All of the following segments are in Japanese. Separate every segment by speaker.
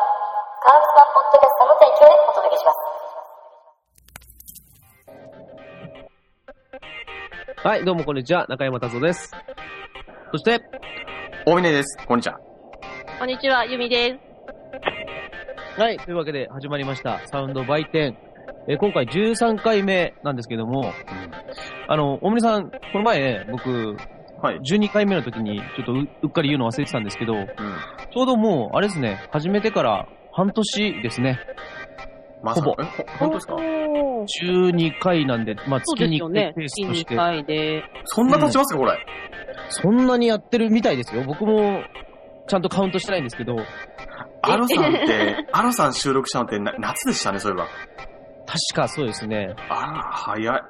Speaker 1: カーズワンポッドキャストの提供でお届けします。
Speaker 2: はい、どうもこんにちは。中山達夫です。そして、
Speaker 3: 大峰です。こんにちは。
Speaker 4: こんにちは、ゆみです。
Speaker 2: はい、というわけで始まりました。サウンド売店。えー今回13回目なんですけども、あの、大森さん、この前ね、僕、
Speaker 3: はい。
Speaker 2: 12回目の時に、ちょっとううっかり言うの忘れてたんですけど、
Speaker 3: うん。
Speaker 2: ちょうどもう、あれですね、始めてから半年ですね。
Speaker 3: まさか
Speaker 2: ほぼ
Speaker 3: え、ほ本当ですか
Speaker 4: そ
Speaker 2: 12回なんで、まあ、
Speaker 4: う
Speaker 2: 月
Speaker 4: です
Speaker 2: に
Speaker 4: よ
Speaker 2: 1
Speaker 4: ね
Speaker 2: 回ペー。スとし
Speaker 4: 月
Speaker 2: て、
Speaker 4: 2回で。
Speaker 3: そんな経ちますか、これ。
Speaker 2: そんなにやってるみたいですよ。僕も、ちゃんとカウントしてないんですけど、確
Speaker 3: アロさん って、アロさん収録したのってな夏でしたね、そういえば。
Speaker 2: かそうですね。
Speaker 3: あら、早い。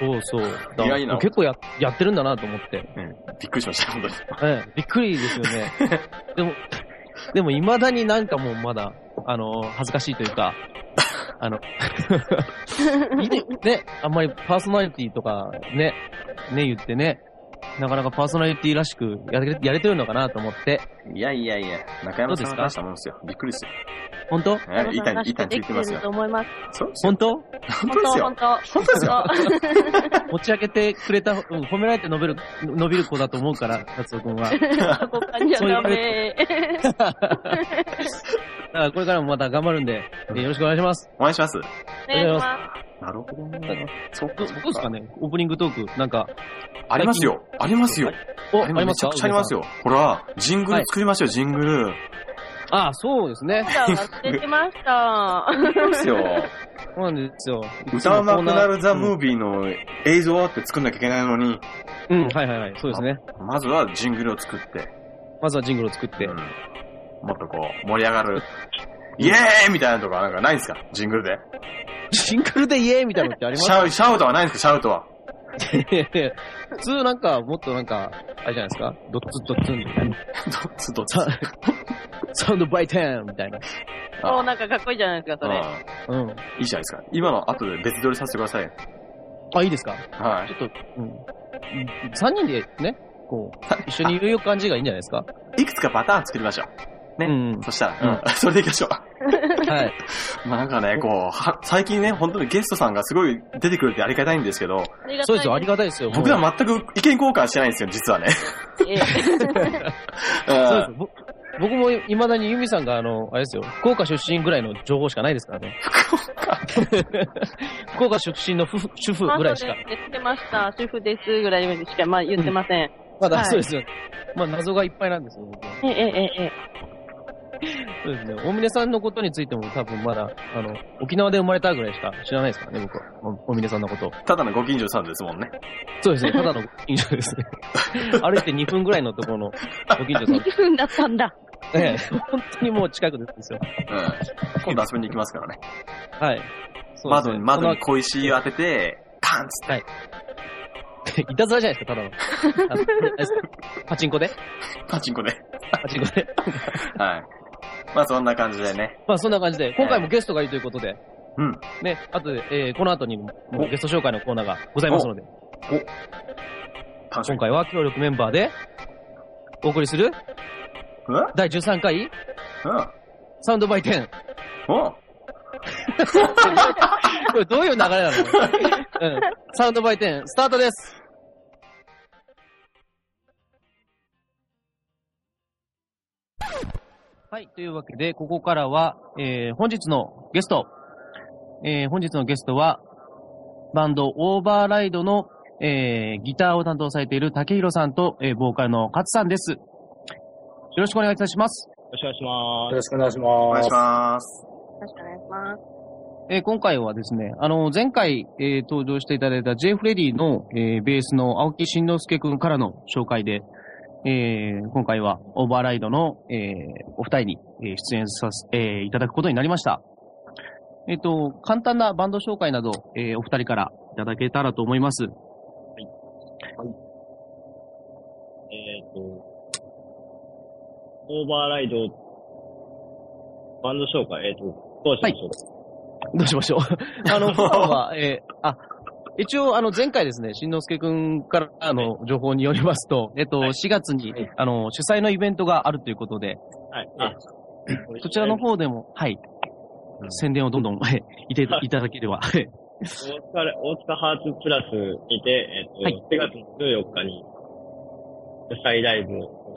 Speaker 2: そうそう。だ
Speaker 3: 意外な
Speaker 2: 結構ややってるんだなと思って。
Speaker 3: びっくりしました、本当に。
Speaker 2: ええびっくりですよ ね。でも、でも未だになんかもうまだ、あの、恥ずかしいというか、あの、いいねね、あんまりパーソナリティとかね、ね、言ってね、なかなかパーソナリティらしくやれやれてるのかなと思って、
Speaker 3: いやいやいや、中山さん
Speaker 2: どうです
Speaker 3: が
Speaker 2: か
Speaker 3: 出したもんですよ。びっくりですよ。
Speaker 2: 本当
Speaker 3: え、板に、板につ
Speaker 4: で
Speaker 3: いて
Speaker 4: きて
Speaker 3: ますよ
Speaker 4: ると。思います。
Speaker 3: そうですよ
Speaker 2: 本当
Speaker 3: 本当
Speaker 4: 本
Speaker 3: です
Speaker 4: 当、
Speaker 3: よ
Speaker 4: 本。当。
Speaker 3: 本当ですよ。
Speaker 2: 持ち上げてくれた、うん褒められて伸びる、伸びる子だと思うから、達夫君は。
Speaker 4: そこかにはダメ。
Speaker 2: だからこれからもまた頑張るんで、えーよろしくお願いします。
Speaker 3: お願いします。
Speaker 4: お願いしま
Speaker 3: なるほどね。そっ
Speaker 2: どど
Speaker 3: か、
Speaker 2: う
Speaker 3: そっ
Speaker 2: ですか
Speaker 3: か。
Speaker 2: ねオープニングトーク、なんか、
Speaker 3: ありますよ。ありますよ。
Speaker 2: お、
Speaker 3: あります。めちゃくちゃありますよ。ほら、ジングル作りましょう、ジングル。
Speaker 2: あ、そうですね。
Speaker 4: す。忘れてました。
Speaker 3: そうですよ。
Speaker 2: そうなんですよ。
Speaker 3: 歌うまくなるザ・ム
Speaker 2: ー
Speaker 3: ービーの映像って作んなきゃいけないのに、
Speaker 2: うん、うんはいはいはい。そうですね。
Speaker 3: まずはジングルを作って、
Speaker 2: まずはジングルを作って
Speaker 3: うん。もっとこう、盛り上がる、イエーイみたいなのとかなんかないんですかジングルで。
Speaker 2: ジングルでイエーイみたいなのってありま
Speaker 3: シャウシャウトはないんですかシャウトは。
Speaker 2: す普通なんか、もっとなんか、あれじゃないですか。ドッツドッツンみたいな。
Speaker 3: どっ ちどっち
Speaker 2: ササウンドバイテンみたいな。
Speaker 4: そう、なんかかっこいいじゃないですか、それ。
Speaker 3: う
Speaker 2: うん。
Speaker 3: んいいじゃないですか。今の後で別撮りさせてください。
Speaker 2: あ、いいですか
Speaker 3: はい。
Speaker 2: ちょっと、うん。3人でね、こう、一緒に言う感じがいいんじゃないですか。
Speaker 3: いくつかパターン作りましょ
Speaker 2: う
Speaker 3: ね
Speaker 2: ん
Speaker 3: う。。そしたら、うん。 それでいきましょ
Speaker 2: はい。
Speaker 3: う。まあなんかね、こう、は最近ね、本当にゲストさんがすごい出てくれてありがたいんですけど、
Speaker 2: そうですよ。あり
Speaker 4: が
Speaker 2: がたいですよ。
Speaker 3: 僕
Speaker 2: も
Speaker 3: ら全く意見交換してないんですよ、実はね。
Speaker 4: とう。ええ
Speaker 3: う
Speaker 2: うそうです
Speaker 3: ん
Speaker 2: よぼ僕も未だにユミさんが、あの、あれですよ、福岡出身ぐらいの情報しかないですからね。 福岡出身の夫婦主婦ぐ
Speaker 4: あそ
Speaker 2: ら
Speaker 4: う
Speaker 2: いしか。
Speaker 4: です言ってました。主婦ですぐらいしか、まあ言ってません。
Speaker 2: まだ、
Speaker 4: はい
Speaker 2: そうですよ。まあ、謎がいっぱいなんですよ、僕は。
Speaker 4: ええ、ええ、え
Speaker 2: そうですね。大峰さんのことについても多分まだ、あの、沖縄で生まれたぐらいしか知らないですからね、僕は。お大峰さんのこと。
Speaker 3: ただのご近所さんですもんね。
Speaker 2: そうですね。ただの近所ですね。 歩いて2分ぐらいのところのご近所
Speaker 4: え。2分だったんだ。
Speaker 2: さん。ええ本当にもう近くですよ。
Speaker 3: うん。今度遊びに行きますからね。
Speaker 2: はい。そうです
Speaker 3: 窓
Speaker 2: ね
Speaker 3: に、窓に
Speaker 2: こ
Speaker 3: 小石を当てて、パンっつって。
Speaker 2: のいたずらじゃないですか、ただの。あのあれですパチンコで
Speaker 3: パチンコ で。
Speaker 2: パチンコで。
Speaker 3: はい。まあそんな感じでね。
Speaker 2: まあそんな感じで、今回もゲストがいるということで、
Speaker 3: うん。
Speaker 2: ね、あとで、えーこの後にも
Speaker 3: お
Speaker 2: ゲスト紹介のコーナーがございますので、
Speaker 3: 楽し
Speaker 2: 今
Speaker 3: み。
Speaker 2: 回は協力メンバーでお送りする
Speaker 3: うん
Speaker 2: 第13回
Speaker 3: うん。
Speaker 2: サウンドバイテン。
Speaker 3: お
Speaker 2: これどういう流れなの、うん、サウンドバイテン、スタートです。はい、というわけで、ここからは、えー本日のゲスト。えー本日のゲストは、バンドオーバーライドの、えーギターを担当されている竹弘さんと、えーボーカルの勝さんです。よろしくお願いいたします。
Speaker 5: よろしくお願いし
Speaker 3: お願
Speaker 5: ま
Speaker 3: い
Speaker 5: す
Speaker 3: し。ます。
Speaker 4: よろしくお願いします。
Speaker 2: えー今回はですね、あの、前回、えー登場していただいた J. フレディの、えーベースの青木慎之介くんからの紹介で、えー今回はオーバーライドの、えーお二人に、えー出演させ、えーいただくことになりました。えっ、と、簡単なバンド紹介など、えーお二人からいただけたらと思います。
Speaker 5: えっ、と、オーバーライド、バンド紹介、えっ、と、どうしましょう、
Speaker 2: どうしましょう。 あの、普段は、えーあ、一応、あの、前回ですね、しんのすけくんからあの情報によりますと、えっと、4月に、あの、主催のイベントがあるということで、
Speaker 5: はい。
Speaker 2: はい
Speaker 5: あ、
Speaker 2: そちらの方でも、はい。
Speaker 5: うん
Speaker 2: 宣伝をどんど ん、はい、いていただければ。はい。
Speaker 5: 大塚レ、大塚ハーツプラスにて、えっと、
Speaker 2: はい
Speaker 5: 4月の14日に、主催ライブを行いま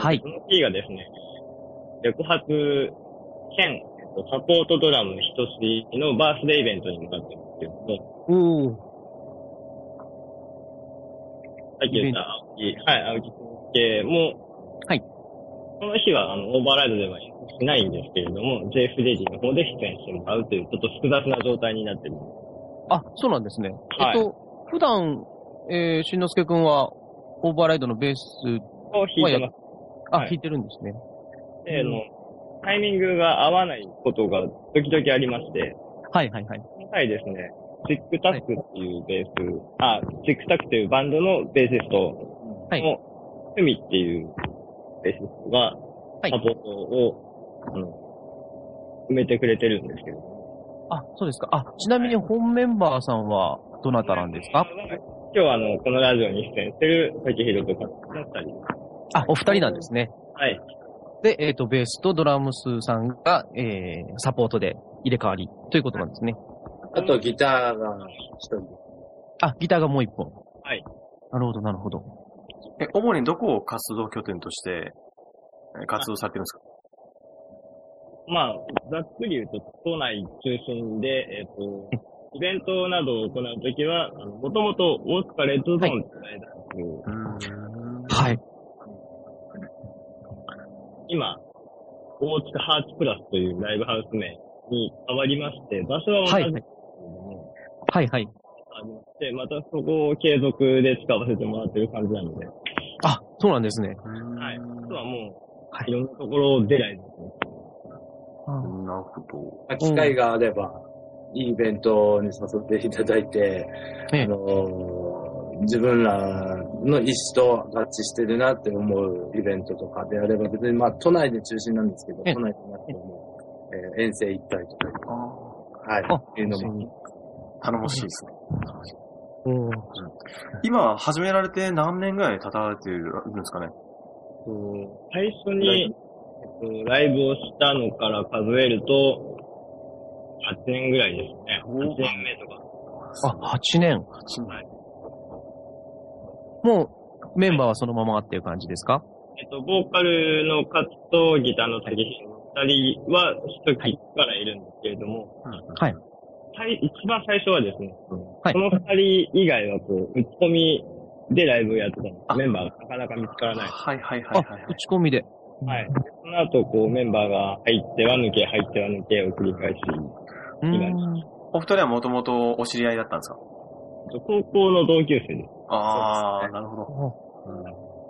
Speaker 5: す。
Speaker 2: はい
Speaker 5: そ。の日がですね、緑発兼、えっとサポートドラム一つのバースデーイベントに向かってるんですけど
Speaker 2: お
Speaker 5: も、
Speaker 2: ー。
Speaker 5: さっき言った青木、はい、青木君系も、
Speaker 2: はい。
Speaker 5: この日は、あの、オーバーライドではしないんですけれども、JF レディの方で出演してもらうという、ちょっと複雑な状態になってる。
Speaker 2: あ、そうなんですね。
Speaker 5: はい
Speaker 2: えっと、普段、えー、しんのすけくんは、オーバーライドのベース、
Speaker 5: を弾いてます。
Speaker 2: あ、
Speaker 5: はい
Speaker 2: 弾いてるんですね。
Speaker 5: で、あの、タイミングが合わないことが時々ありまして、
Speaker 2: はいはいはい。
Speaker 5: 今回ですね、チックタックっていうベース、あ、チックタックっていうバンドのベーシスト
Speaker 2: はい
Speaker 5: の、ふみっていうベーシストが、
Speaker 2: い
Speaker 5: サポートを、あの、埋めてくれてるんですけど。
Speaker 2: あ、そうですか。あ、ちなみに本メンバーさんは、どなたなんですか
Speaker 5: 今日はあの、このラジオに出演してる、さきひろとかの二人。
Speaker 2: あ、お二人なんですね。
Speaker 5: はい。
Speaker 2: で、えっ、と、ベースとドラムスさんが、えー、サポートで入れ替わりということなんですね。
Speaker 6: あとギターが一人。
Speaker 2: あ、ギターがもう一本。
Speaker 5: はい。
Speaker 2: なるほど、なるほど。
Speaker 3: え、主にどこを活動拠点として、え活動されてるんですか
Speaker 5: まあ、ざっくり言うと、都内中心で、えっ、と、イベントなどを行うときは、もともと大塚レッドゾーンってライダーっていう
Speaker 2: はい。
Speaker 5: 今、大塚ハーツプラスというライブハウス名に変わりまして、場所は同
Speaker 2: は
Speaker 5: じ
Speaker 2: いは
Speaker 5: なんで
Speaker 2: い
Speaker 5: すけれども、
Speaker 2: はいはい。
Speaker 5: あので、またそこを継続で使わせてもらってる感じなので、は
Speaker 2: あ、そうなんですね。
Speaker 5: い。あとはもう、
Speaker 2: はい
Speaker 5: い、ろんなところ出ないですね。
Speaker 3: うんなるほど。
Speaker 6: まあ機会があれば、いいイベントに誘っていただいて、
Speaker 2: ね
Speaker 6: あのー自分らの意思と合致してるなって思うイベントとかであれば、別にまあ都内で中心なんですけど、
Speaker 2: ええ
Speaker 6: 都内じゃなくても、えー遠征行ったりとか、はい
Speaker 2: あ、
Speaker 6: っていうのも。
Speaker 3: 頼もしいですね。
Speaker 2: おー
Speaker 3: 今、始められて何年ぐらい経たれてるんですかね
Speaker 5: こう最初に、えっとライブをしたのから数えると、8年ぐらいですね。
Speaker 3: お
Speaker 5: 8年目とか。
Speaker 2: あ、8年。
Speaker 5: はい
Speaker 2: もう、メンバーはそのままっていう感じですか
Speaker 5: えっと、ボーカルのカツとギターの竹ひの二人は、一期からいるんですけれども、
Speaker 2: はい。
Speaker 5: 最一番最初はですね、
Speaker 2: はい
Speaker 5: この二人以外はこう、打ち込みでライブをやってたんです。メンバーがなかなか見つからない。
Speaker 3: はいはい
Speaker 2: あ、
Speaker 3: はいはいはい
Speaker 2: 打。ち込みで。
Speaker 5: はい。でその後、こう、メンバーが入っては抜け、入っては抜けを繰り返し、
Speaker 2: うー
Speaker 5: 今
Speaker 2: ん。
Speaker 3: お二人はもともとお知り合いだったんですか
Speaker 5: 高校の同級生です。
Speaker 3: あ
Speaker 6: そうです
Speaker 3: あ、なるほど。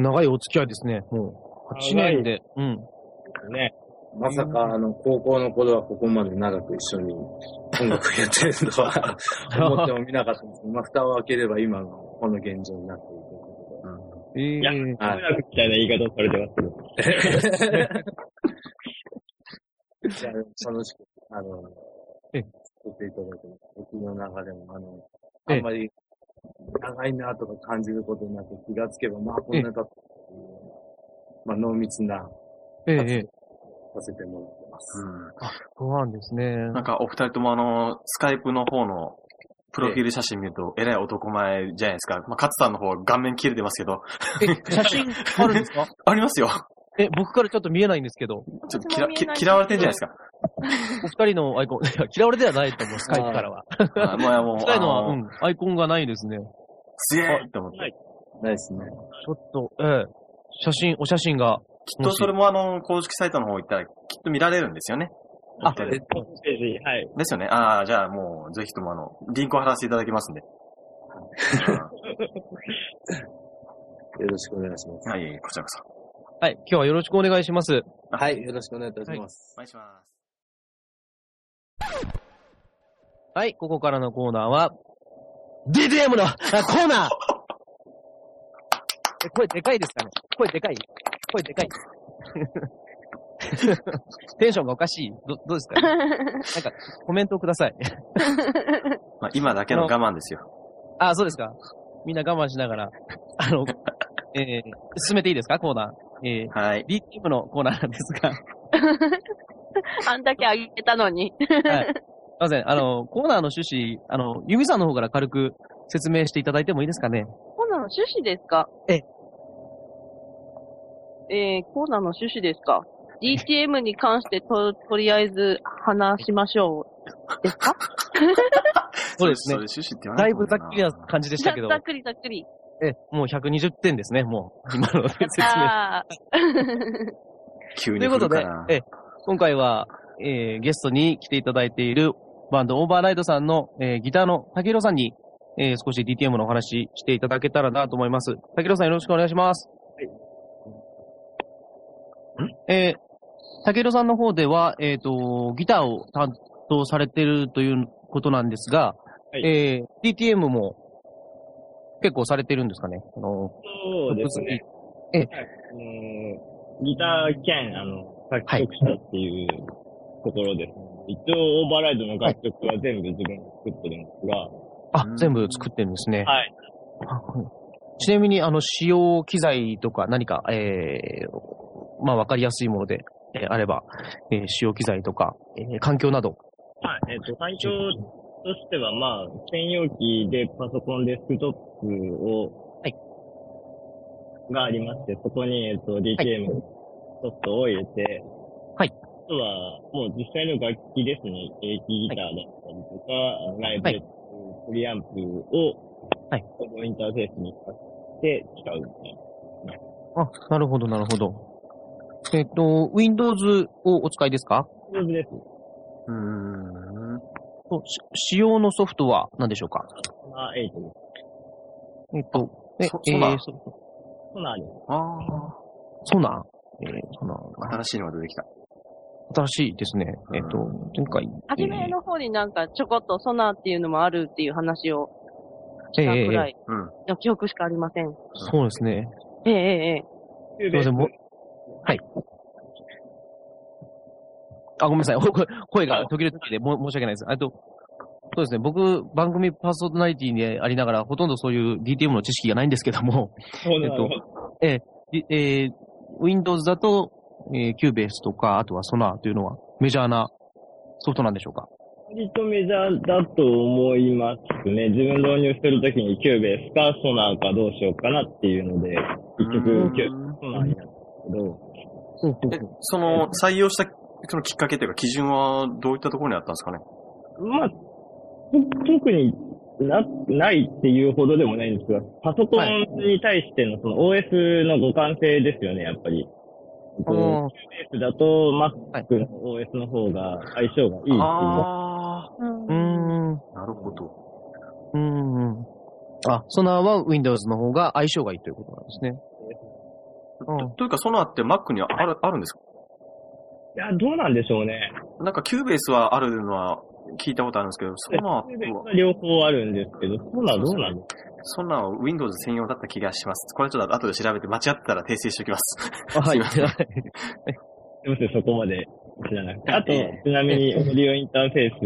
Speaker 2: 長いお付き合いですね。もう、8年で。うん。
Speaker 5: ね。
Speaker 6: まさか、あの、高校の頃はここまで長く一緒に音楽やってるとは思ってもみなかったんですけど、まあ、蓋を開ければ今のこの現状になっているということで。
Speaker 2: ええ
Speaker 5: いや、しばらくみたいな言い方をされてますけど。
Speaker 6: じゃあ楽しく、あの、
Speaker 2: ええ
Speaker 6: 作っていただいてます、僕の中でも、あの、
Speaker 2: ええ
Speaker 6: あんまり、長いなとか感じることなく気がつけば、まあ、こんなだったっていうまあ、濃密な、
Speaker 2: ええ
Speaker 6: 活動
Speaker 2: ええ
Speaker 6: させてもらってます。
Speaker 2: そうなんですね。
Speaker 3: なんか、お二人ともあの、スカイプの方の、プロフィール写真見ると、えらい男前じゃないですか。まあ、勝さんの方は顔面切れてますけど、
Speaker 2: え、写真あるんですか
Speaker 3: あり ますよ。
Speaker 2: え、僕からちょっと見えないんですけど、
Speaker 3: ちょっと
Speaker 4: 私
Speaker 3: 嫌
Speaker 4: も見えない
Speaker 3: 嫌われてんじゃないですか。
Speaker 2: お二人のアイコン、い や嫌われてはないと思う、スカイプからは。
Speaker 3: あもう、もう、
Speaker 2: 近いのは、
Speaker 3: あ
Speaker 2: う
Speaker 3: の
Speaker 2: ん、アイコンがないですね。
Speaker 3: すげえって思って。
Speaker 6: ないですね。
Speaker 2: ちょっと、ええ写真、お写真が。
Speaker 3: きっとそれもあの、公式サイトの方行ったら、きっと見られるんですよね。
Speaker 2: あ
Speaker 3: お二人
Speaker 6: え
Speaker 5: ホームページ、はい。
Speaker 3: ですよね。ああ、じゃあもう、ぜひともあの、リンクを貼らせていただきますんで。
Speaker 6: よろしくお願いします。
Speaker 3: はい、いえいえこちらこそ。
Speaker 2: はい、今日はよろしくお願いします。
Speaker 6: はい、よろしくお願いいたします。
Speaker 3: お願いします。
Speaker 2: はい、ここからのコーナーは、DDM のあコーナー え、声でかいですかね声でかい声でか いテンションがおかしいど、どうですか、ね、なんか、コメントをください。
Speaker 3: まあ、今だけの我慢ですよ。
Speaker 2: あ、そうですかみんな我慢しながら、あの、えー、進めていいですかコーナー。えー、
Speaker 3: はい。
Speaker 2: BTM のコーナーなんですが、はい。
Speaker 4: あんだけあげたのに。
Speaker 2: すいません。あの、コーナーの趣旨、あの、ユミさんの方から軽く説明していただいてもいいですかね。
Speaker 4: コーナーの趣旨ですか
Speaker 2: え
Speaker 4: えー、コーナーの趣旨ですか ?DTM に関してと、とりあえず話しましょう。ですか
Speaker 2: そうですね
Speaker 3: それ趣旨って言わ
Speaker 2: だ
Speaker 3: ないいと
Speaker 2: ぶ
Speaker 3: 思
Speaker 2: ざっ
Speaker 3: うな
Speaker 2: くりな感じでしたけど
Speaker 4: ざ、っくりざっくり。
Speaker 2: えーもう120点ですね、もう。今ので説明。
Speaker 4: ああ。
Speaker 3: 急に
Speaker 2: という
Speaker 3: 来
Speaker 2: こと
Speaker 3: る
Speaker 2: で
Speaker 3: か、ら。
Speaker 2: ええ今回は、えーゲストに来ていただいているバンドオーバーライドさんの、えーギターの竹弘さんに、えー少し DTM のお話していただけたらなと思います。竹弘さんよろしくお願いします。えー、竹弘さんの方では、えっ、と、ギターを担当されてるということなんですが、
Speaker 5: はい
Speaker 2: えー DTM も結構されてるんですかねあの
Speaker 5: そうですね。
Speaker 2: ええ
Speaker 5: はいあのーギター兼、あの、作曲者っていうところです、ね一応、オーバーライドの楽曲は全部自分で作ってるんですが、
Speaker 2: あ
Speaker 3: う、ん
Speaker 2: 全部作ってるんですね。
Speaker 5: はい。
Speaker 2: ちなみに、あの、使用機材とか何か、ええまあ、わかりやすいもので、えーあれば、えー使用機材とか、えー環境など。
Speaker 5: はい、えっ、と、環境としては、まあ、専用機でパソコンデスクトップを、
Speaker 2: はい
Speaker 5: がありまして、そこに、えっ、と、DTM ソフトを入れて、
Speaker 2: はい。
Speaker 5: あとは、もう実際の楽器ですね。エレキギターだったりとか、ライブで、プリアンプを、
Speaker 2: はい。
Speaker 5: インターフェースに使って使うみたいな。
Speaker 2: あ、なるほど、なるほど。えっ、と、Windows をお使いですか
Speaker 5: 上手です。
Speaker 3: うーん。
Speaker 2: とし使用のソフトは何でしょうか
Speaker 5: まあ、8です。
Speaker 2: えっ、と、え
Speaker 3: そソナー
Speaker 2: ソフト
Speaker 5: ソナーです。
Speaker 3: あ
Speaker 2: ソナーえー、ソナ
Speaker 3: あ。
Speaker 2: ー
Speaker 3: 新しいのが出てきた。
Speaker 2: 新しいですね。えっ、と、前回。
Speaker 4: 初めの方になんかちょこっとソナーっていうのもあるっていう話を
Speaker 2: えー
Speaker 4: した
Speaker 2: え
Speaker 4: く
Speaker 2: ー
Speaker 4: らい
Speaker 3: うん。
Speaker 4: の記憶しかありません。
Speaker 2: そうですね。
Speaker 4: えええええ
Speaker 2: すいません、もうはい。あ、ごめんなさい。 お声声が途切れ途切れでも申し訳ないです。あと、そうですね。僕、番組パーソナリティでありながら、ほとんどそういう DTM の知識がないんですけども、
Speaker 5: そうなの
Speaker 2: えっいえー、Windows だと、えー、Cubase とか、あとは Sonar というのはメジャーなソフトなんでしょうか
Speaker 5: 割とメジャーだと思いますね。自分導入してるときにキューベースかソナーかどうしようかなっていうので、結
Speaker 3: う
Speaker 5: 局
Speaker 3: ん
Speaker 5: キューベースソナーになったんですけど、
Speaker 3: え、その、採用した、そのきっかけというか、基準はどういったところにあったんですかね
Speaker 5: まあ、と特にな、ないっていうほどでもないんですが、パソコンに対してのその OS の互換性ですよね、やっぱり。キュー
Speaker 2: おー
Speaker 5: ベースだと Mac の OS の方が相性がいいっていう。
Speaker 3: あ
Speaker 2: うーん。う
Speaker 3: あ。なるほど。
Speaker 2: ーん。あ、Sonar は Windows の方が相性がいいということなんですね。うん
Speaker 3: とというか、ソナーって Mac にはある、あるんですか
Speaker 5: いや、どうなんでしょうね。
Speaker 3: なんか、キューベースはあるのは聞いたことあるんですけど、ソナ
Speaker 5: キューベー
Speaker 3: ーとは、
Speaker 5: スは両方あるんですけど、ソナーどうなんですか
Speaker 3: ソナーは Windows 専用だった気がします。これちょっと後で調べて、間違ってたら訂正しておきます。
Speaker 2: あはい。
Speaker 3: すい
Speaker 5: すみません、そこまで知らなくて。あと
Speaker 3: え、
Speaker 5: ちなみに、オーディオインターフェ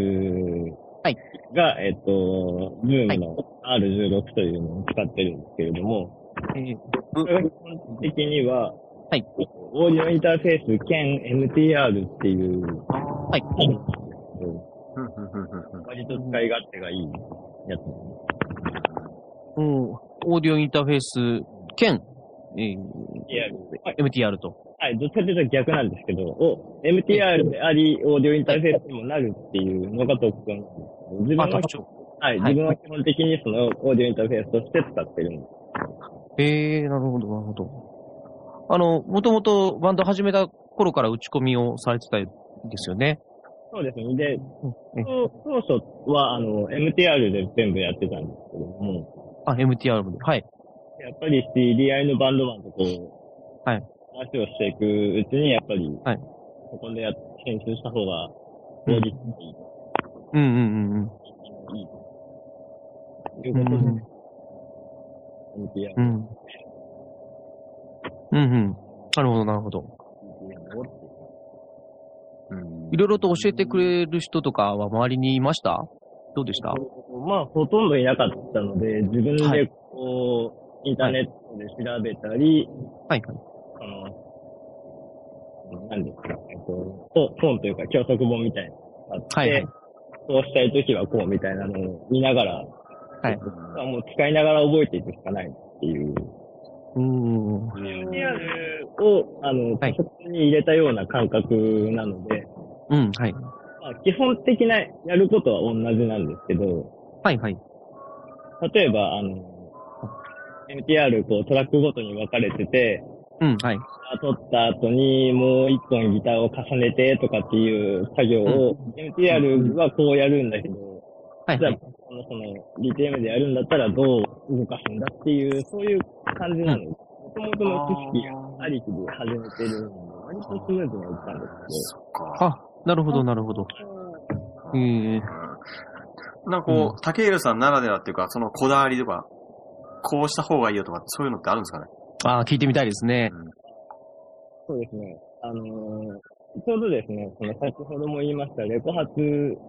Speaker 5: ー
Speaker 2: はい
Speaker 5: スが、えっと、ズームの R16 というのを使ってるんですけれども、
Speaker 2: えー
Speaker 5: これが基本的には、
Speaker 2: はい
Speaker 5: オーディオインターフェース兼 MTR っていう、
Speaker 2: はい。
Speaker 3: うんうんうんうんうん
Speaker 5: 割と使い勝手がいいやつなんで
Speaker 2: うんオーディオインターフェース兼、え
Speaker 5: す。はい
Speaker 2: ー MTR と。
Speaker 5: はい、どっちかというと逆なんですけど、お MTR であり、オーディオインターフェースにもなるっていうのが特徴なんですけど。自分
Speaker 2: あ、
Speaker 5: は
Speaker 2: 特徴。
Speaker 5: はい、
Speaker 2: はい
Speaker 5: 自分は基本的にそのオーディオインターフェースとして使ってるんで
Speaker 2: ええなるほど、なるほど。あの、もともとバンド始めた頃から打ち込みをされてたんですよね。
Speaker 5: そうですね。で、
Speaker 2: うん
Speaker 5: 当当初は、あの、MTR で全部やってたんですけども、
Speaker 2: あ、MTR も。はい。
Speaker 5: やっぱり知り合いのバンドマンとこう、
Speaker 2: はい
Speaker 5: 話をしていくうちに、やっぱり、
Speaker 2: はい
Speaker 5: そこでや研修した方が、効率がいい、
Speaker 2: うんうんうん
Speaker 5: いいという
Speaker 2: うん。
Speaker 5: こ
Speaker 2: うん
Speaker 5: とで、MTR
Speaker 2: う、ん。うんうん。なるほど、なるほど。
Speaker 5: MTR をって
Speaker 3: うん
Speaker 2: いろいろと教えてくれる人とかは周りにいましたどうでした
Speaker 5: まあ、ほとんどいなかったので、自分でこう、インターネットで調べたり、
Speaker 2: はい。
Speaker 5: あの、何ですか、えっと、本本というか教則本みたいなのがあって、
Speaker 2: はいはい
Speaker 5: そうしたいときはこうみたいなのを見ながら、
Speaker 2: はい
Speaker 5: まあもう使いながら覚えていくしかないっていう。
Speaker 2: うん。
Speaker 5: リアルを、あの、
Speaker 2: はい
Speaker 5: そこに入れたような感覚なので、
Speaker 2: うん、はい。
Speaker 5: まあ、基本的なやることは同じなんですけど、
Speaker 2: はい、はい。
Speaker 5: 例えば、あの、MTR、こう、トラックごとに分かれてて、
Speaker 2: うん、はい。
Speaker 5: あ取った後にもう一本ギターを重ねてとかっていう作業を、MTR はこうやるんだけど、
Speaker 2: はい、
Speaker 5: じゃ
Speaker 2: は
Speaker 5: あ、
Speaker 2: い。
Speaker 5: この、その、DTM でやるんだったらどう動かすんだっていう、そういう感じなの。もともとの知識がありきで始めてるので、割とスムーズにいったんです
Speaker 3: そっか。
Speaker 2: あ、なるほど、なるほど。えー、
Speaker 3: なんかこう、竹入さんならではっていうか、そのこだわりとか、こうした方がいいよとか、そういうのってあるんですかね
Speaker 2: あー聞いてみたいですね。
Speaker 5: けど、そうですね。あのーちょうどですね、その先ほども言いました、レコ発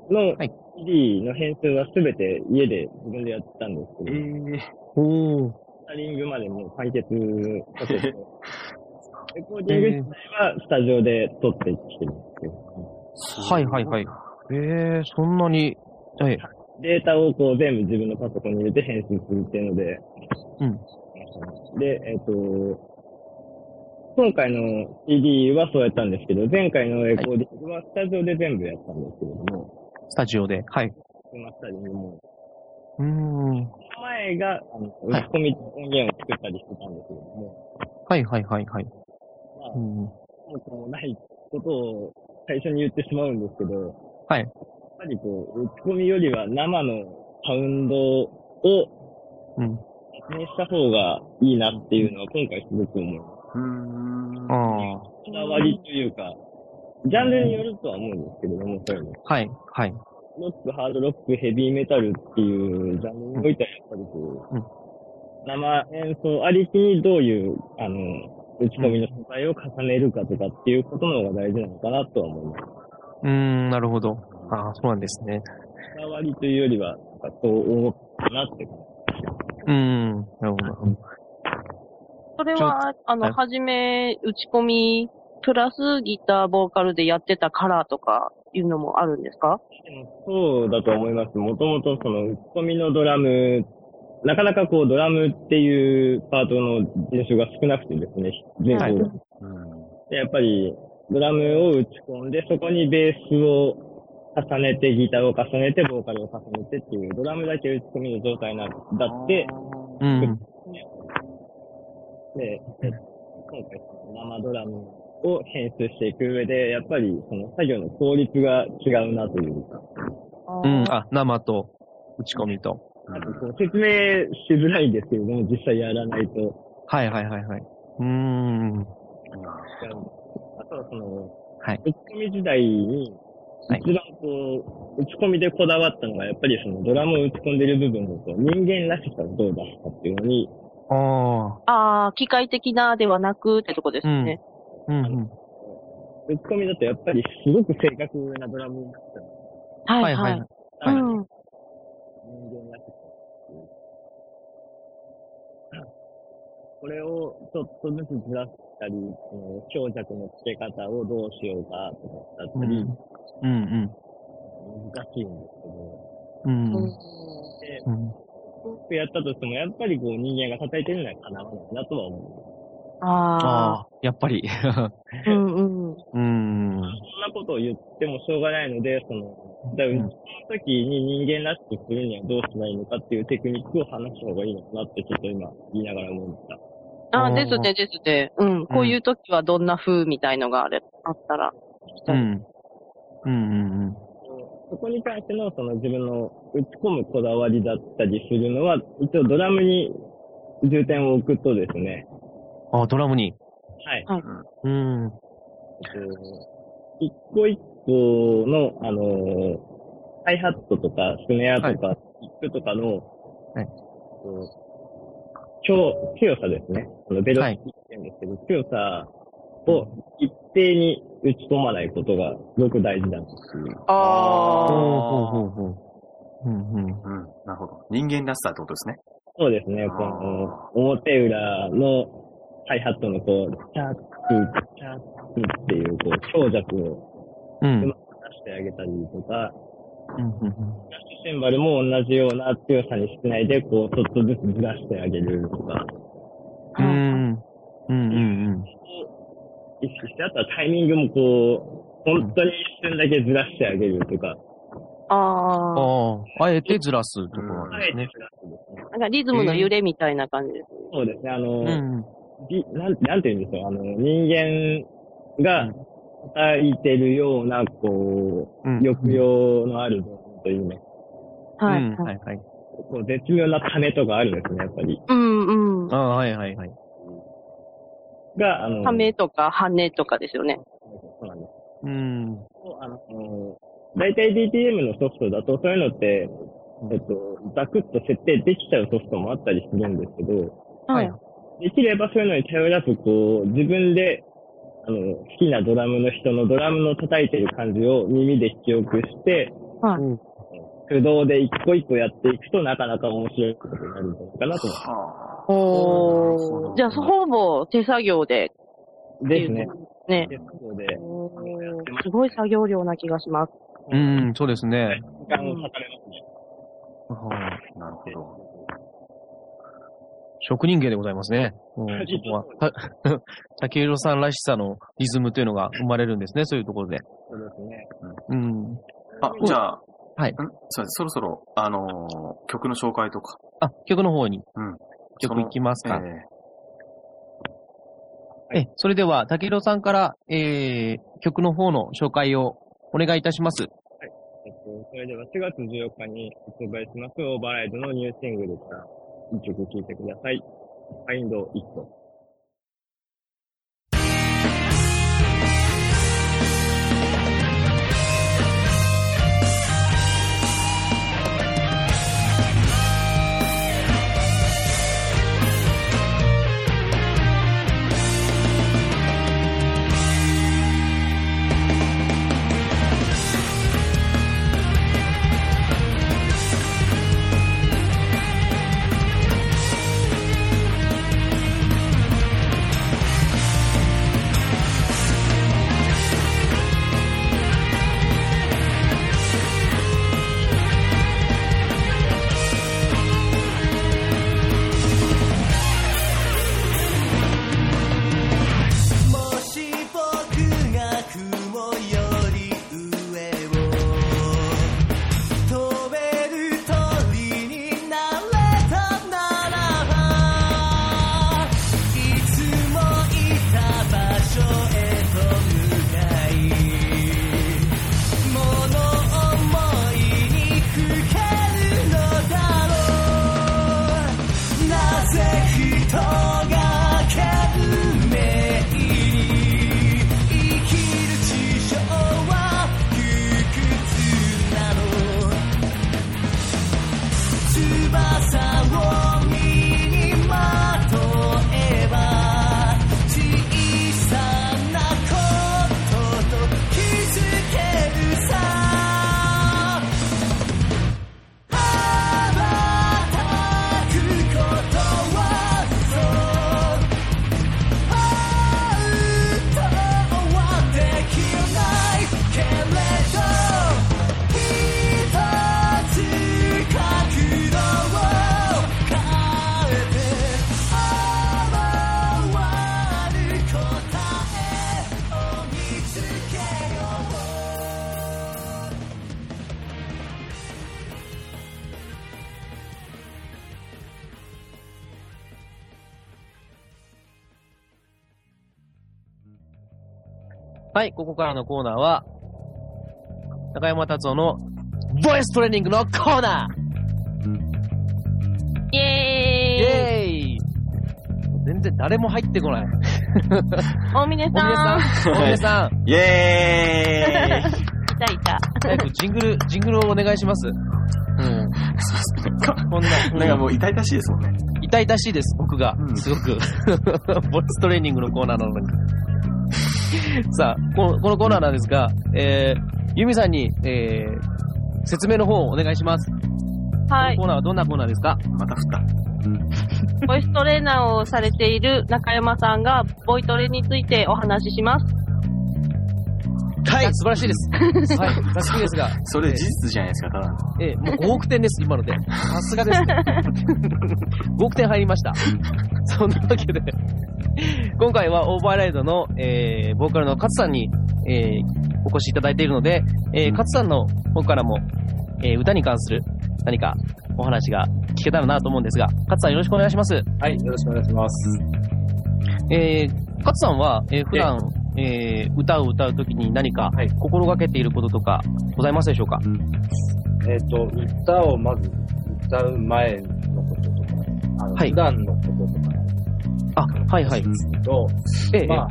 Speaker 5: の
Speaker 2: はい
Speaker 5: CD の編集はすべて家で自分でやってたんですけど、
Speaker 3: ええ
Speaker 2: おー。
Speaker 5: スタリングまでもう完結させて、レコーディング自体はスタジオで撮ってきてるんですけど、
Speaker 2: はい、はい、はい。えー、そんなに、はい。
Speaker 5: データをこう全部自分のパソコンに入れて編集するっていうので、で、えっ、と、今回の CD はそうやったんですけど、前回のレコーディングはスタジオで全部やったんですけれども、
Speaker 2: スタジオで。はい。
Speaker 5: マスタリングも、
Speaker 2: うーん。
Speaker 5: 前が、あの、打ち込み音源を作ったりしてたんですけれども、
Speaker 2: はい、はい、はい、はい。
Speaker 5: まあ
Speaker 2: う、ん
Speaker 5: もうこうないことを最初に言ってしまうんですけど、
Speaker 2: はい
Speaker 5: やっぱりこう、打ち込みよりは生のサウンドを
Speaker 2: うん。
Speaker 5: 確認した方がいいなっていうのは今回すごく思います。
Speaker 3: うーん。
Speaker 2: ああ。
Speaker 5: こだわりというか、ジャンルによるとは思うんですけれども、そういうの
Speaker 2: はい、はい。
Speaker 5: ロック、ハードロック、ヘビーメタルっていうジャンルにおいては、やっぱりこう、
Speaker 2: うん
Speaker 5: 生演奏ありきにどういう、あの、打ち込みの素材を重ねるかとかっていうことの方が大事なのかなとは思います。
Speaker 2: うーん、なるほど。ああ、そうなんですね。
Speaker 5: こだわりというよりは、なんかそう思ったなって感
Speaker 2: うーん、なるほど。
Speaker 4: それ
Speaker 2: ちょ
Speaker 4: は、あ
Speaker 2: は
Speaker 4: の、
Speaker 2: い
Speaker 4: はじめ、打ち込み、プラスギター、ボーカルでやってたカラーとかいうのもあるんですか
Speaker 5: じ。でもそうだと思います。もともとその打ち込みのドラム、なかなかこうドラムっていうパートの練習が少なくてですね、全
Speaker 2: はい
Speaker 5: 部でやっぱりドラムを打ち込んで、そこにベースを重ねて、ギターを重ねて、ボーカルを重ねてっていう、ドラムだけ打ち込みの状態なんだって、
Speaker 2: うん、
Speaker 5: で、え今回その生ドラムを編集していく上で、やっぱりその作業の効率が違うなというか、
Speaker 2: うん、あ、生と打ち込みと。
Speaker 5: あとこう説明しづらいんですけれども、実際やらないと。
Speaker 2: はい、はい、はい、はい。うーん、
Speaker 5: あとはその、
Speaker 2: はい
Speaker 5: 打ち込み時代に、
Speaker 2: はい
Speaker 5: 一番こう、打ち込みでこだわったのが、やっぱりそのドラムを打ち込んでる部分をこう人間らしさをどう出すかっていうのに、
Speaker 2: あ
Speaker 4: ああ、機械的なではなくってとこですね。
Speaker 2: あ、うん、うん。
Speaker 5: 打ち込みだとやっぱりすごく正確なドラムになっちゃう
Speaker 4: は
Speaker 2: はいい、
Speaker 4: は
Speaker 2: はいい。。
Speaker 4: う
Speaker 5: はい
Speaker 4: ん。
Speaker 5: 人間らしさっていう。これをちょっとずつずらしたり、その強弱の付け方をどうしようかとかだっ
Speaker 2: う
Speaker 5: た
Speaker 2: ん、
Speaker 5: り、
Speaker 2: うん、
Speaker 5: 難しいんですけ
Speaker 2: うん。
Speaker 5: ど、
Speaker 2: うん
Speaker 5: で、
Speaker 2: うん
Speaker 5: 僕やったとしても、やっぱりこう人間が叩いてるのはかなわないなとは思う。
Speaker 4: ああ。
Speaker 2: ああ、やっぱり。
Speaker 4: うんうん。
Speaker 2: うーん、
Speaker 5: そんなことを言ってもしょうがないので、その、だからその時に人間らしくするにはどうしたらいいのかっていうテクニックを話した方がいいのかなってちょっと今言いながら思いました。
Speaker 4: あ
Speaker 2: あ
Speaker 4: あ、
Speaker 2: ー
Speaker 4: ですね、ですね。うん。こういう時はどんな風みたいのがあれ、あったら。
Speaker 2: うん。うん、うん、うん。
Speaker 5: そこに関してのその自分の打ち込むこだわりだったりするのは、一応ドラムに重点を置くとですね、
Speaker 2: ああ、ドラムに。
Speaker 5: はい。
Speaker 2: うん、
Speaker 5: 一個一個の、あのーハイハットとか、スネアとか、キックとかの、
Speaker 2: はい
Speaker 5: こう強、強さですね。このベロシティって言うんですけど、強さを一定に打ち込まないことがすごく大事だと。
Speaker 3: あ
Speaker 2: ほう
Speaker 3: ー
Speaker 2: ほうほうほう。うん、うん。
Speaker 3: うん。なるほど。人間らしさってことですね。
Speaker 5: そうですね、この、表裏のハイハットのこう、チャック、チャックっていう、と強弱を
Speaker 2: うん。
Speaker 5: 出してあげたりとか、
Speaker 2: うんうん
Speaker 5: ダッシュシンバルも同じような強さにしないで、こう、ちょっとずつずらしてあげるとか、
Speaker 2: うん。うん。うん。うん。
Speaker 5: 意識して、あとはタイミングもこう、本当に一瞬だけずらしてあげるとか、
Speaker 4: ああ。
Speaker 2: ああ、あえてずらすところなん
Speaker 5: あ
Speaker 2: で
Speaker 5: え
Speaker 2: す
Speaker 5: てずら
Speaker 2: ね。
Speaker 5: すんですね。
Speaker 4: なんかリズムの揺れみたいな感じです。
Speaker 5: そうですね、あの、
Speaker 2: うん。
Speaker 5: びなん、なんて言うんでしょう、あの、人間が叩いてるような、こ
Speaker 2: うん
Speaker 5: う、抑揚のある部分というね、
Speaker 2: は。
Speaker 4: はいい。
Speaker 2: はいはい。
Speaker 5: こう、絶妙な種とかあるんですね、やっぱり。
Speaker 4: うんうん。
Speaker 2: ああ、はいはいはい。
Speaker 5: が、あの、
Speaker 4: 羽目とか羽とかですよね。
Speaker 5: そうなんです。
Speaker 2: うん。
Speaker 5: あの、大体 DTM のソフトだと、そういうのって、えっと、ザクッと設定できちゃうソフトもあったりするんですけど、
Speaker 2: は
Speaker 4: はいい。
Speaker 5: できればそういうのに頼らず、こう、自分で、あの、好きなドラムの人のドラムの叩いてる感じを耳で記憶して、
Speaker 4: はい
Speaker 5: 手動で一個一個やっていくとなかなか面白くなるんじゃないかなと思
Speaker 3: は
Speaker 4: おー。じゃあ、ほぼ手作業で。
Speaker 5: う。ですね。
Speaker 4: ね。
Speaker 5: ですので、
Speaker 4: おーすごい作業量な気がします。
Speaker 2: うん、そうですね。
Speaker 5: 時間をかかれますね。
Speaker 2: はい
Speaker 3: あなるほど。
Speaker 2: 職人芸でございますね。うん、そこは。 た竹色さんらしさのリズムというのが生まれるんですね、そういうところで。
Speaker 5: そうですね。
Speaker 2: うん。
Speaker 3: あ、じゃあ、
Speaker 2: はい
Speaker 3: んそうです。そろそろ、あのー曲の紹介とか。
Speaker 2: あ、曲の方に。
Speaker 3: うん
Speaker 2: 曲いきます
Speaker 3: え
Speaker 2: か。
Speaker 3: ー
Speaker 2: え、それでは、竹色さんから、えー、曲の方の紹介をお願いいたします。
Speaker 5: えっと、それでは4月14日に発売しますオーバーライドのニューシングルから一曲聴いてください。ファインド1個。
Speaker 7: もし僕が雲より上を飛べる鳥になれたならばいつもいた場所へと向かい物思いにふけるのだろうなぜ人が懸命に生きる事情は窮屈なの翼を身にまとえば小さなことと気づけるさ羽ばたくことはそう本当はできないけれど一つ角度を変えて思わぬ答えを見つけよう
Speaker 2: はい、ここからのコーナーは、中山達夫のボイストレーニングのコーナー
Speaker 4: イ
Speaker 2: イ
Speaker 4: エー
Speaker 2: ェーイ
Speaker 4: イ
Speaker 2: 全然誰も入ってこない。お
Speaker 4: 大峰
Speaker 2: みえ
Speaker 4: さ
Speaker 2: さ
Speaker 4: ん。
Speaker 2: ん、おみえさん、
Speaker 3: イエーイ
Speaker 4: いたいた。
Speaker 2: 早くジングル、ジングルをお願いします。うん。こん な、
Speaker 3: なんかもう痛々しいですもんね。
Speaker 2: 痛々しいです、僕が。
Speaker 3: うん
Speaker 2: すごく。 ボイストレーニングのコーナーなのに。 さあ、このこのコーナーなんですが、えー、ユミさんに、えー、説明の方をお願いします。
Speaker 4: はい
Speaker 2: こ。のコーナーはどんなコーナーですか
Speaker 3: また振った。
Speaker 4: ボイストレーナーをされている中山さんが、ボイトレについてお話しします。
Speaker 2: はいいや素晴らしいです。はい。ざっくりですが。
Speaker 3: それ事実じゃないですか、ただの。
Speaker 2: ええ、もう5億点です、今ので。さすがです。5億点入りました。そんなわけで、今回はオーバーライドの、えー、ボーカルの勝さんに、えー、お越しいただいているので、えー、勝さんの方からも、えー、歌に関する何かお話が聞けたらなと思うんですが、勝さんよろしくお願いします。
Speaker 6: はい、よろしくお願いします。
Speaker 2: えー、勝さんは、えー、普段、えー、歌を歌うときに何か
Speaker 6: はい
Speaker 2: 心がけていることとかございますでしょうか、
Speaker 6: えっ、と、歌をまず歌う前のこととか、あの
Speaker 2: はい
Speaker 6: 普段のこととかなんで
Speaker 2: あ、はいはい。
Speaker 6: すけど、
Speaker 2: ええ
Speaker 6: まあ、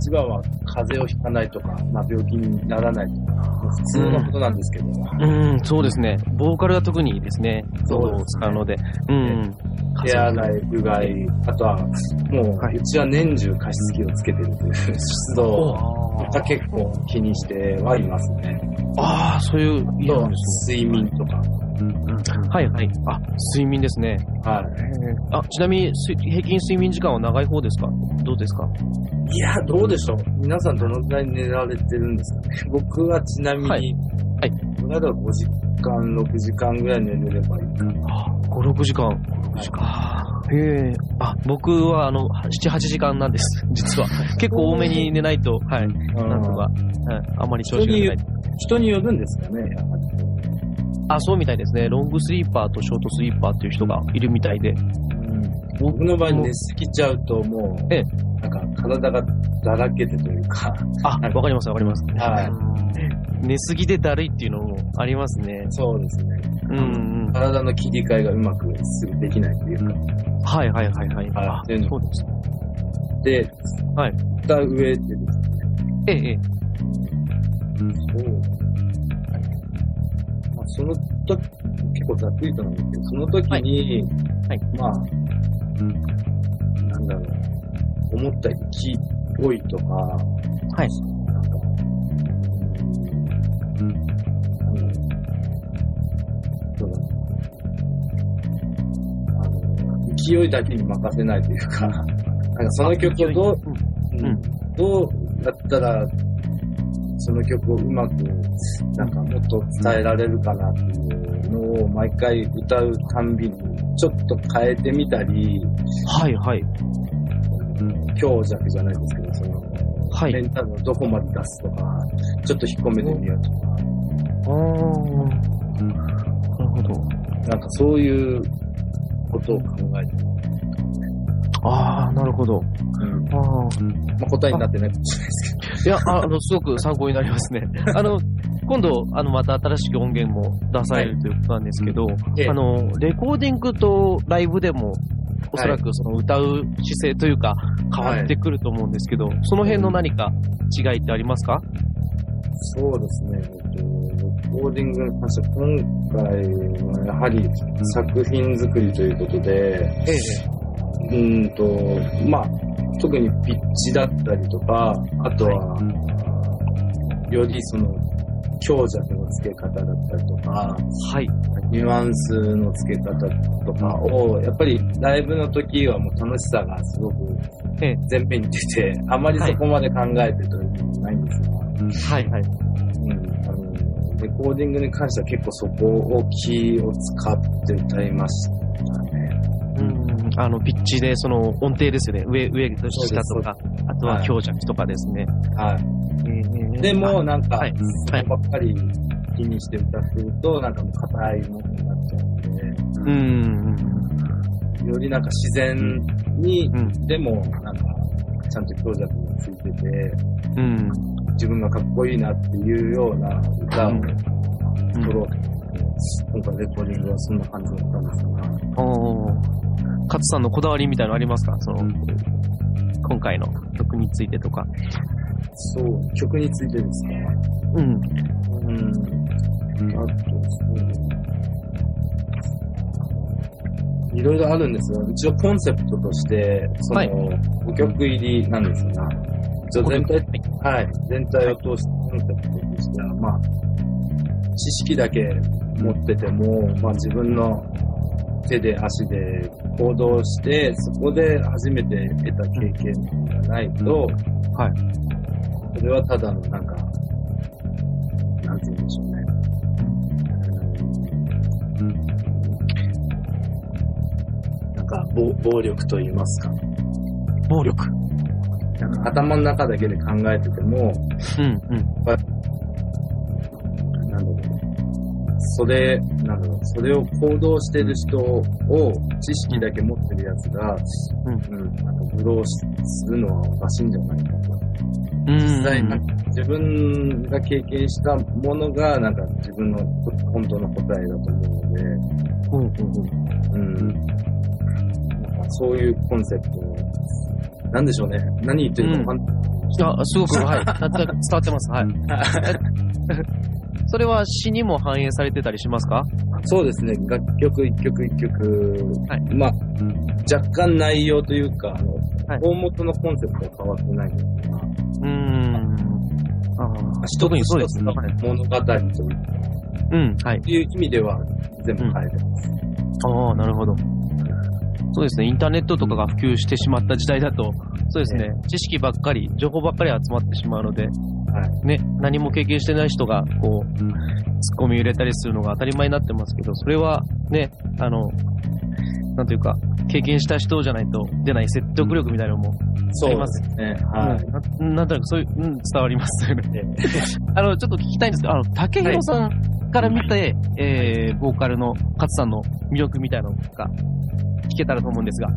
Speaker 6: 一番は風邪をひかないとか、まあ、病気にならないとか、普通のことなんですけど、
Speaker 2: うん、そうですね。ボーカルが特にですね、喉を使うので。うん。
Speaker 6: 手洗い、うがい、あとは、も、
Speaker 2: はいう
Speaker 6: うちは年中加湿器をつけてるという湿度をが結構気にしてはいますね。
Speaker 2: ああ、そういう、
Speaker 6: あとは睡眠とか。
Speaker 2: はいはい。あ、睡眠ですね。
Speaker 6: は
Speaker 2: あ、ちなみに、す平均睡眠時間は長い方ですかどうですか
Speaker 6: い。いや、どうでしょう。皆さんどのくらい寝られてるんですかね。 僕はちなみに、
Speaker 2: は
Speaker 6: はいい。
Speaker 2: はい
Speaker 6: 僕だと5時間、6時間ぐらい寝れればいいかな。
Speaker 2: ?5、6時間。5、6時間。へえ。あ、僕は、あの、7、8時間なんです。 実は。結構多めに寝ないと、はい。なんとか、はい、あんまり調子が出ない。
Speaker 6: 人によるんですかね。やはり
Speaker 2: あ、そうみたいですね。ロングスリーパーとショートスリーパーっていう人がいるみたいで。
Speaker 6: 僕の場合寝すぎちゃうともう、
Speaker 2: ええ
Speaker 6: なんか体がだらけてというか、
Speaker 2: あ、わかりますわかります。
Speaker 6: はい。
Speaker 2: 寝すぎでだるいっていうのもありますね。
Speaker 6: そうですね。
Speaker 2: うんうん。
Speaker 6: 体の切り替えがうまくすぐできないというか、
Speaker 2: はいはいはいはい。
Speaker 6: はい
Speaker 2: あ
Speaker 6: 全然
Speaker 2: そうです。
Speaker 6: で、
Speaker 2: はい
Speaker 6: 歌上っていう
Speaker 2: ええええ。
Speaker 6: そうまあ、その時、結構ざっくりとなんですけど、その時に、
Speaker 2: はい
Speaker 6: まあ、なんだろう、思った息っぽいとか、
Speaker 2: はい。
Speaker 6: なんか、うん、なんだろうそうだなあの、勢いだけに任せないというか、なんかその曲をどう、
Speaker 2: んうん
Speaker 6: どうやったら、その曲をうまく、なんかもっと伝えられるかなっていうのを毎回歌うたんびに、ちょっと変えてみたり、
Speaker 2: はいはい。
Speaker 6: 強弱じゃないですけど、その、
Speaker 2: はい
Speaker 6: メンタルをどこまで出すとか、ちょっと引っ込めてみようとか、
Speaker 2: あーなるほど。
Speaker 6: なんかそういうことを考えて、
Speaker 2: ああ、なるほど。
Speaker 6: うん
Speaker 2: ああ。
Speaker 6: まあ、答えになってないかもしれないですけ
Speaker 2: い
Speaker 6: ど、
Speaker 2: や、ああの、すごく参考になりますね。あの、今度、あの、また新しく音源も出されるということなんですけど、
Speaker 6: ええ
Speaker 2: あの、レコーディングとライブでも、おそらくその歌う姿勢というか、変わってくると思うんですけど、その辺の何か違いってありますか、
Speaker 6: そうですね、えっと、レコーディングの話は、今回はやはり作品作りということで、
Speaker 2: ええ。
Speaker 6: うーんと、まあ、特にピッチだったりとか、あとは、よりその、強弱の付け方だったりとか、
Speaker 2: はい。
Speaker 6: ニュアンスの付け方とかを、やっぱりライブの時はもう楽しさがすごく
Speaker 2: ええ
Speaker 6: 前面に出て、あまりそこまで考えてというのもないんですが、
Speaker 2: はい、はい。
Speaker 6: うんあのレコーディングに関しては結構そこを気を使って歌いましたね。
Speaker 2: うん、あの、ピッチで、その、音程ですよね。上、上と下とか、あとは
Speaker 6: はい
Speaker 2: 強弱とかですね。
Speaker 6: はい。
Speaker 2: ええ
Speaker 6: でも、、なんか、
Speaker 2: はい。は
Speaker 6: そ
Speaker 2: い。
Speaker 6: こばっかり気にして歌ってると、なんかもう硬いものになっちゃうの
Speaker 2: うんうん。
Speaker 6: で、よりなんか自然に、
Speaker 2: うん
Speaker 6: でも、なんか、ちゃんと強弱がついてて、
Speaker 2: うん。
Speaker 6: 自分がかっこいいなっていうような歌を
Speaker 2: うん
Speaker 6: 撮ろうと思って、今回レコーディングはそんな感じだったんですが、
Speaker 2: おー勝さんのこだわりみたいなのありますかその、今回の曲についてとか。
Speaker 6: そう、曲についてですね。
Speaker 2: うん。
Speaker 6: うん。あと、そうですね。いろいろあるんですが、一応コンセプトとして、その、
Speaker 2: はい
Speaker 6: 5曲入りなんですが、一応全体、はい、全体を通してコンセプトとしては、まあ、知識だけ持ってても、まあ自分の手で足で行動して、そこで初めて得た経験がないと、
Speaker 2: はい
Speaker 6: それはただのなんか、なんて言うんでしょうね。うんなんか暴、暴力と言いますか。
Speaker 2: 暴力。
Speaker 6: なんか頭の中だけで考えてても、
Speaker 2: うん、うん。
Speaker 6: なんだろう。それ、なんだろう。それを行動してる人を、知識だけ持ってるやつが、
Speaker 2: う
Speaker 6: うん、なんかブローするのはおかしいんじゃないかと。
Speaker 2: うん
Speaker 6: 実際、なんか自分が経験したものが、なんか自分の本当の答えだと思うので、うん、なんかそういうコンセプトを、なんでしょうね。何言ってるかわかんない。
Speaker 2: いや、すごく、 はい。伝わ伝わってます、はい。それは詩にも反映されてたりしますか
Speaker 6: そうですね。楽曲一曲一曲、
Speaker 2: はい
Speaker 6: まあ、若干内容というか、あの、
Speaker 2: はい
Speaker 6: 大元のコンセプトは変わってないので、
Speaker 2: うーん。ああ、特にそうですね。はい
Speaker 6: 物語という
Speaker 2: うん、はい。
Speaker 6: いう意味では全部変えてます。
Speaker 2: ああ、なるほど。そうですね、インターネットとかが普及してしまった時代だと、そうですね、知識ばっかり、情報ばっかり集まってしまうので、ね、何も経験してない人が、こう、ツッコミ入れたりするのが当たり前になってますけど、それはね、あの、なんというか、経験した人じゃないと出ない説得力みたいなのも
Speaker 6: そ
Speaker 2: あり
Speaker 6: う
Speaker 2: ま
Speaker 6: ですすね。はい。
Speaker 2: ななんとなくそういう、うん、伝わりますよね。 あの、ちょっと聞きたいんですけど、あの、竹広さんから見て、えー、ボーカルの勝さんの魅力みたいなのが聞けたらと思うんですが。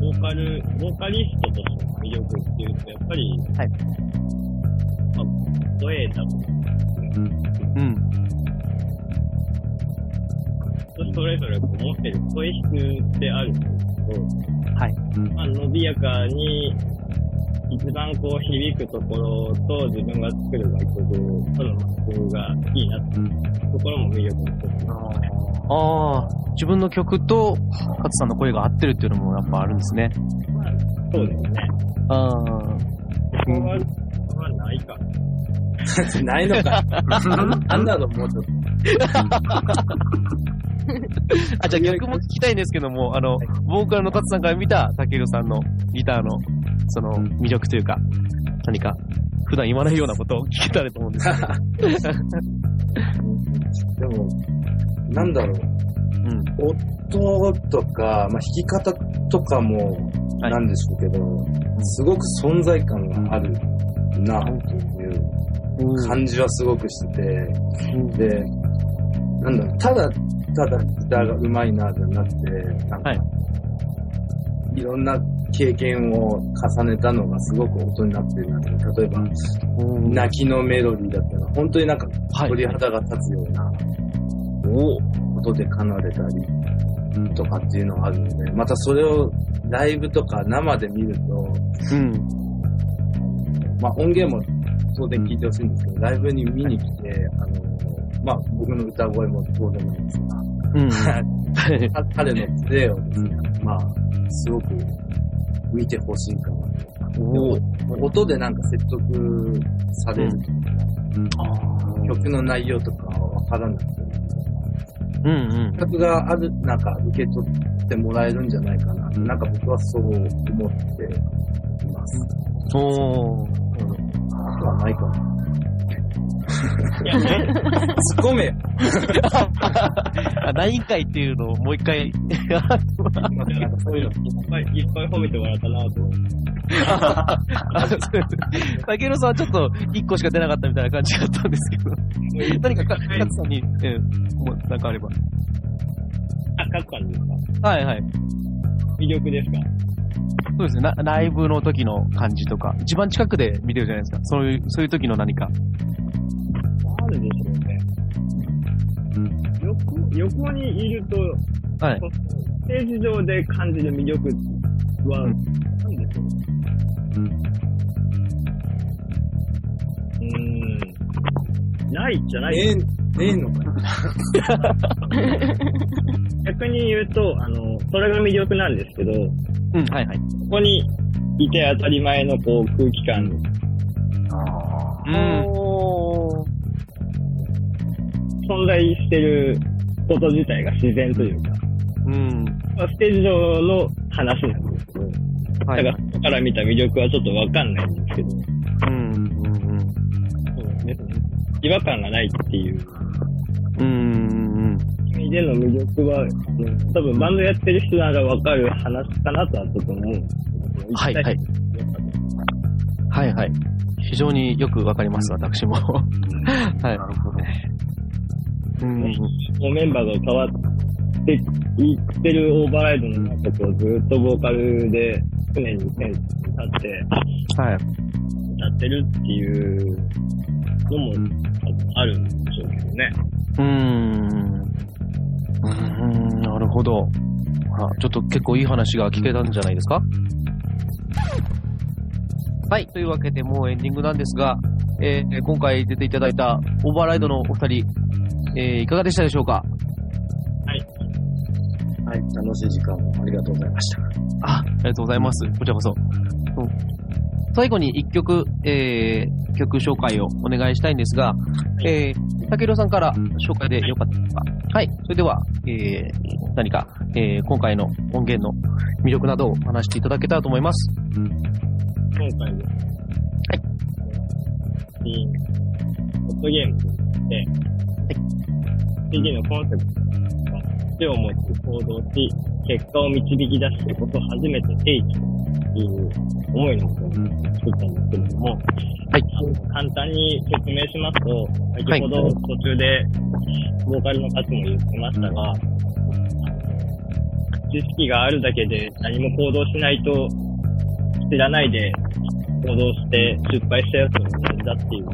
Speaker 5: ボーカル、ボーカリストとしての魅力っていうと、やっぱり、
Speaker 2: はい
Speaker 5: まあ、声だと、
Speaker 2: うん。
Speaker 5: 人それぞれこう持ってる声質ってあるんですけど、
Speaker 2: はい
Speaker 5: まあ、伸びやかに、一番こう響くところと自分が作る楽曲とのマッチングがいいなっていうところも魅力の一つです
Speaker 2: ああ、自分の曲と勝さんの声が合ってるっていうのもやっぱあるんですね。
Speaker 5: まあ、そうですね。
Speaker 2: ああ、
Speaker 5: そこは、まあ、ないか。
Speaker 6: ないの か。なんだろう、もうちょっと。
Speaker 2: あ、じゃあ逆も聞きたいんですけども、あの、ボーカルの勝さんから見た竹広さんのギターの、その、魅力というか、何か、普段言わないようなことを聞けたらと思うん ですけど。
Speaker 6: でも、なんだろう。
Speaker 2: うん。
Speaker 6: 音とか、まあ、弾き方とかも
Speaker 2: はい
Speaker 6: なんでしょうけど、すごく存在感があるなという感じはすごくしてて、で、なんだろう、ただただギターが上手いなじゃなくて、なんか、
Speaker 2: はい
Speaker 6: い、ろんな経験を重ねたのがすごく音になってるなと例えば、泣きのメロディーだったら、本当になんか
Speaker 2: はい
Speaker 6: 鳥肌が立つような、音で奏でたりとかっていうのがあるので、またそれをライブとか生で見ると、
Speaker 2: うん。
Speaker 6: まあ音源も当然聞いてほしいんですけど、ライブに見に来て、あの、まあ僕の歌声も当然なんです
Speaker 2: うん。
Speaker 6: が、か彼のプレーをですね、まあ、すごく見てほしいかなと。音でなんか説得されるというか、曲の内容とかはわからなくても、
Speaker 2: うんうん。
Speaker 6: 企画がある中、受け取ってもらえるんじゃないかな。なんか僕はそう思っています。
Speaker 2: おー。
Speaker 6: あとはないかな。突っ込めよ
Speaker 2: あ、何回っていうのをもう一回。
Speaker 6: なんかそういう
Speaker 5: いっ
Speaker 6: の。
Speaker 5: ぱいいっぱい褒めてもらったなと思って。
Speaker 2: 竹野さんはちょっと一個しか出なかったみたいな感じだったんですけど。何かか、勝さんに、えー、もうなんかあれば。
Speaker 5: あ、勝ったんですか
Speaker 2: はいはい。
Speaker 5: 魅力ですか
Speaker 2: そうですね。ラライブの時の感じとか、一番近くで見てるじゃないですか。そういう、そういう時の何か。
Speaker 5: なんでしょうね。横横にいると、
Speaker 2: はい
Speaker 5: そのステージ上で感じる魅力は、
Speaker 2: うん
Speaker 5: なんでしょう。うーん。ないじゃない
Speaker 6: ええ、ええのかな
Speaker 5: 逆に言うと、あの、それが魅力なんですけど、
Speaker 2: うん、はいはい。
Speaker 5: ここにいて当たり前のこう空気感
Speaker 2: うん。
Speaker 5: 存在してること自体が自然というか、
Speaker 2: うん。
Speaker 5: まあステージ上の話なんですけど、だから、外から見た魅力はちょっとわかんないんですけど、
Speaker 2: うん、うん、うん。
Speaker 5: そうですね。違和感がないっていう
Speaker 2: うん、うん、
Speaker 5: 意味での魅力は、うん多分バンドやってる人ならわかる話かなとはちょっと思うんですけど。
Speaker 2: はいはい
Speaker 5: 一体
Speaker 2: はい、はい。非常によくわかります、私も。 はい。
Speaker 3: なるほど。
Speaker 2: うん、
Speaker 5: もうメンバーが変わっていってるオーバーライドの中こうずっとボーカルで常にセンスに立って、
Speaker 2: はい。
Speaker 5: 歌ってるっていうのも多分あるんでしょうけどね。
Speaker 2: うーん。うーん、なるほど。ほら、ちょっと結構いい話が聞けたんじゃないですかはい、というわけでもうエンディングなんですが、えーえー今回出ていただいたオーバーライドのお二人、えーいかがでしたでしょうか
Speaker 6: はい、楽しい時間をありがとうございました。
Speaker 2: あありがとうございます。こちらこそ。うん最後に一曲、えー曲紹介をお願いしたいんですが、えー、竹色さんから紹介でよかったですかはい。それでは、えー何か、えー今回の音源の魅力などを話していただけたらと思います。
Speaker 5: 今回ですはい。いいホットゲームで、はい。次のコンセプトが、手を持ち行動し、結果を導き出してこそ初めて定義っていう思いのもとを作ったんですけれども、
Speaker 2: はい。
Speaker 5: 簡単に説明しますと、先ほど途中で、ボーカルの方も言ってましたが、知識があるだけで何も行動しないと知らないで行動して失敗したやつを生んだっていう。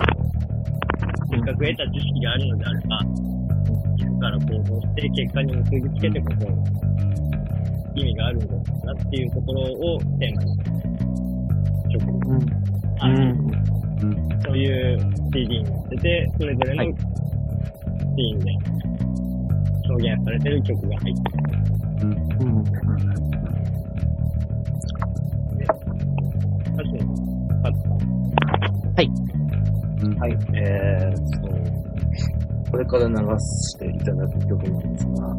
Speaker 5: せっかく得た知識があるのであれば、自ら行動して結果に結びつけてこそ、意味があるんだなっていうところをテーマに、曲にあそういう CD になってて、それぞれのシーンで表現されてる曲が入ってる。歌詞のカット
Speaker 6: はい、えー、そう。これから流していただく曲なんですが、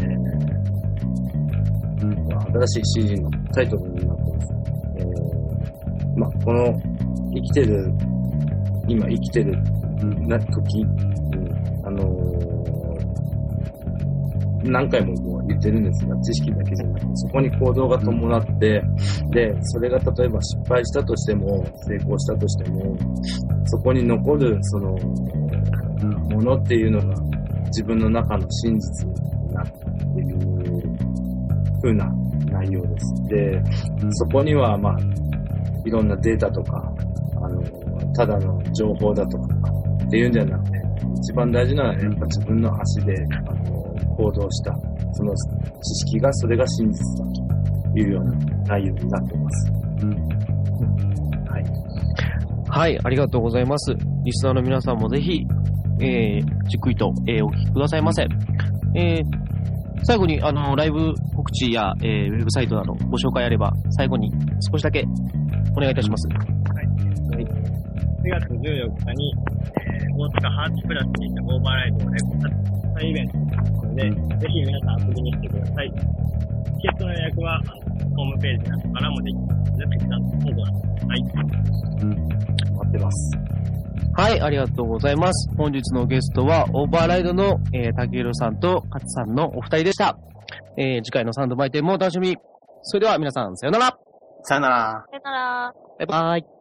Speaker 6: えー新しい CD のタイトルになってます。えー、まあ、この、生きてる、今生きてる、な、時、うんあのー何回もこう言ってるんですが、知識だけじゃなくて、そこに行動が伴って、で、それが例えば失敗したとしても、成功したとしても、そこに残る、その、ものっていうのが、自分の中の真実になっていう、風な内容です。で、そこには、まあ、いろんなデータとか、あの、ただの情報だとか、っていうんじゃなくて、一番大事なのは、やっぱ自分の足で、あの、行動した、その知識が、それが真実だというような内容になっています。はい。
Speaker 2: はい、ありがとうございます。リスナーの皆さんもぜひ、えー、じっくりと、えーお聞きくださいませ。えー、最後に、あの、ライブ告知や、えーウェブサイトなどご紹介あれば、最後に少しだけお願いいたします。
Speaker 5: 4月14日に、えー、大阪ハーツプラスにてオーバーライドをレコードイベントをやってますので、ぜひ皆さん遊びに来てください。チケットの予約は、ホームページなどからもできますので、ぜひ皆さんもご覧ください。
Speaker 6: 待ってます。
Speaker 2: はい、ありがとうございます。本日のゲストは、オーバーライドの、えー、竹広さんと勝さんのお二人でした。えー、次回のサウンドバイテンもお楽しみに。それでは皆さん、さようなら。
Speaker 3: さよなら。
Speaker 4: さよなら。
Speaker 2: バイバイ。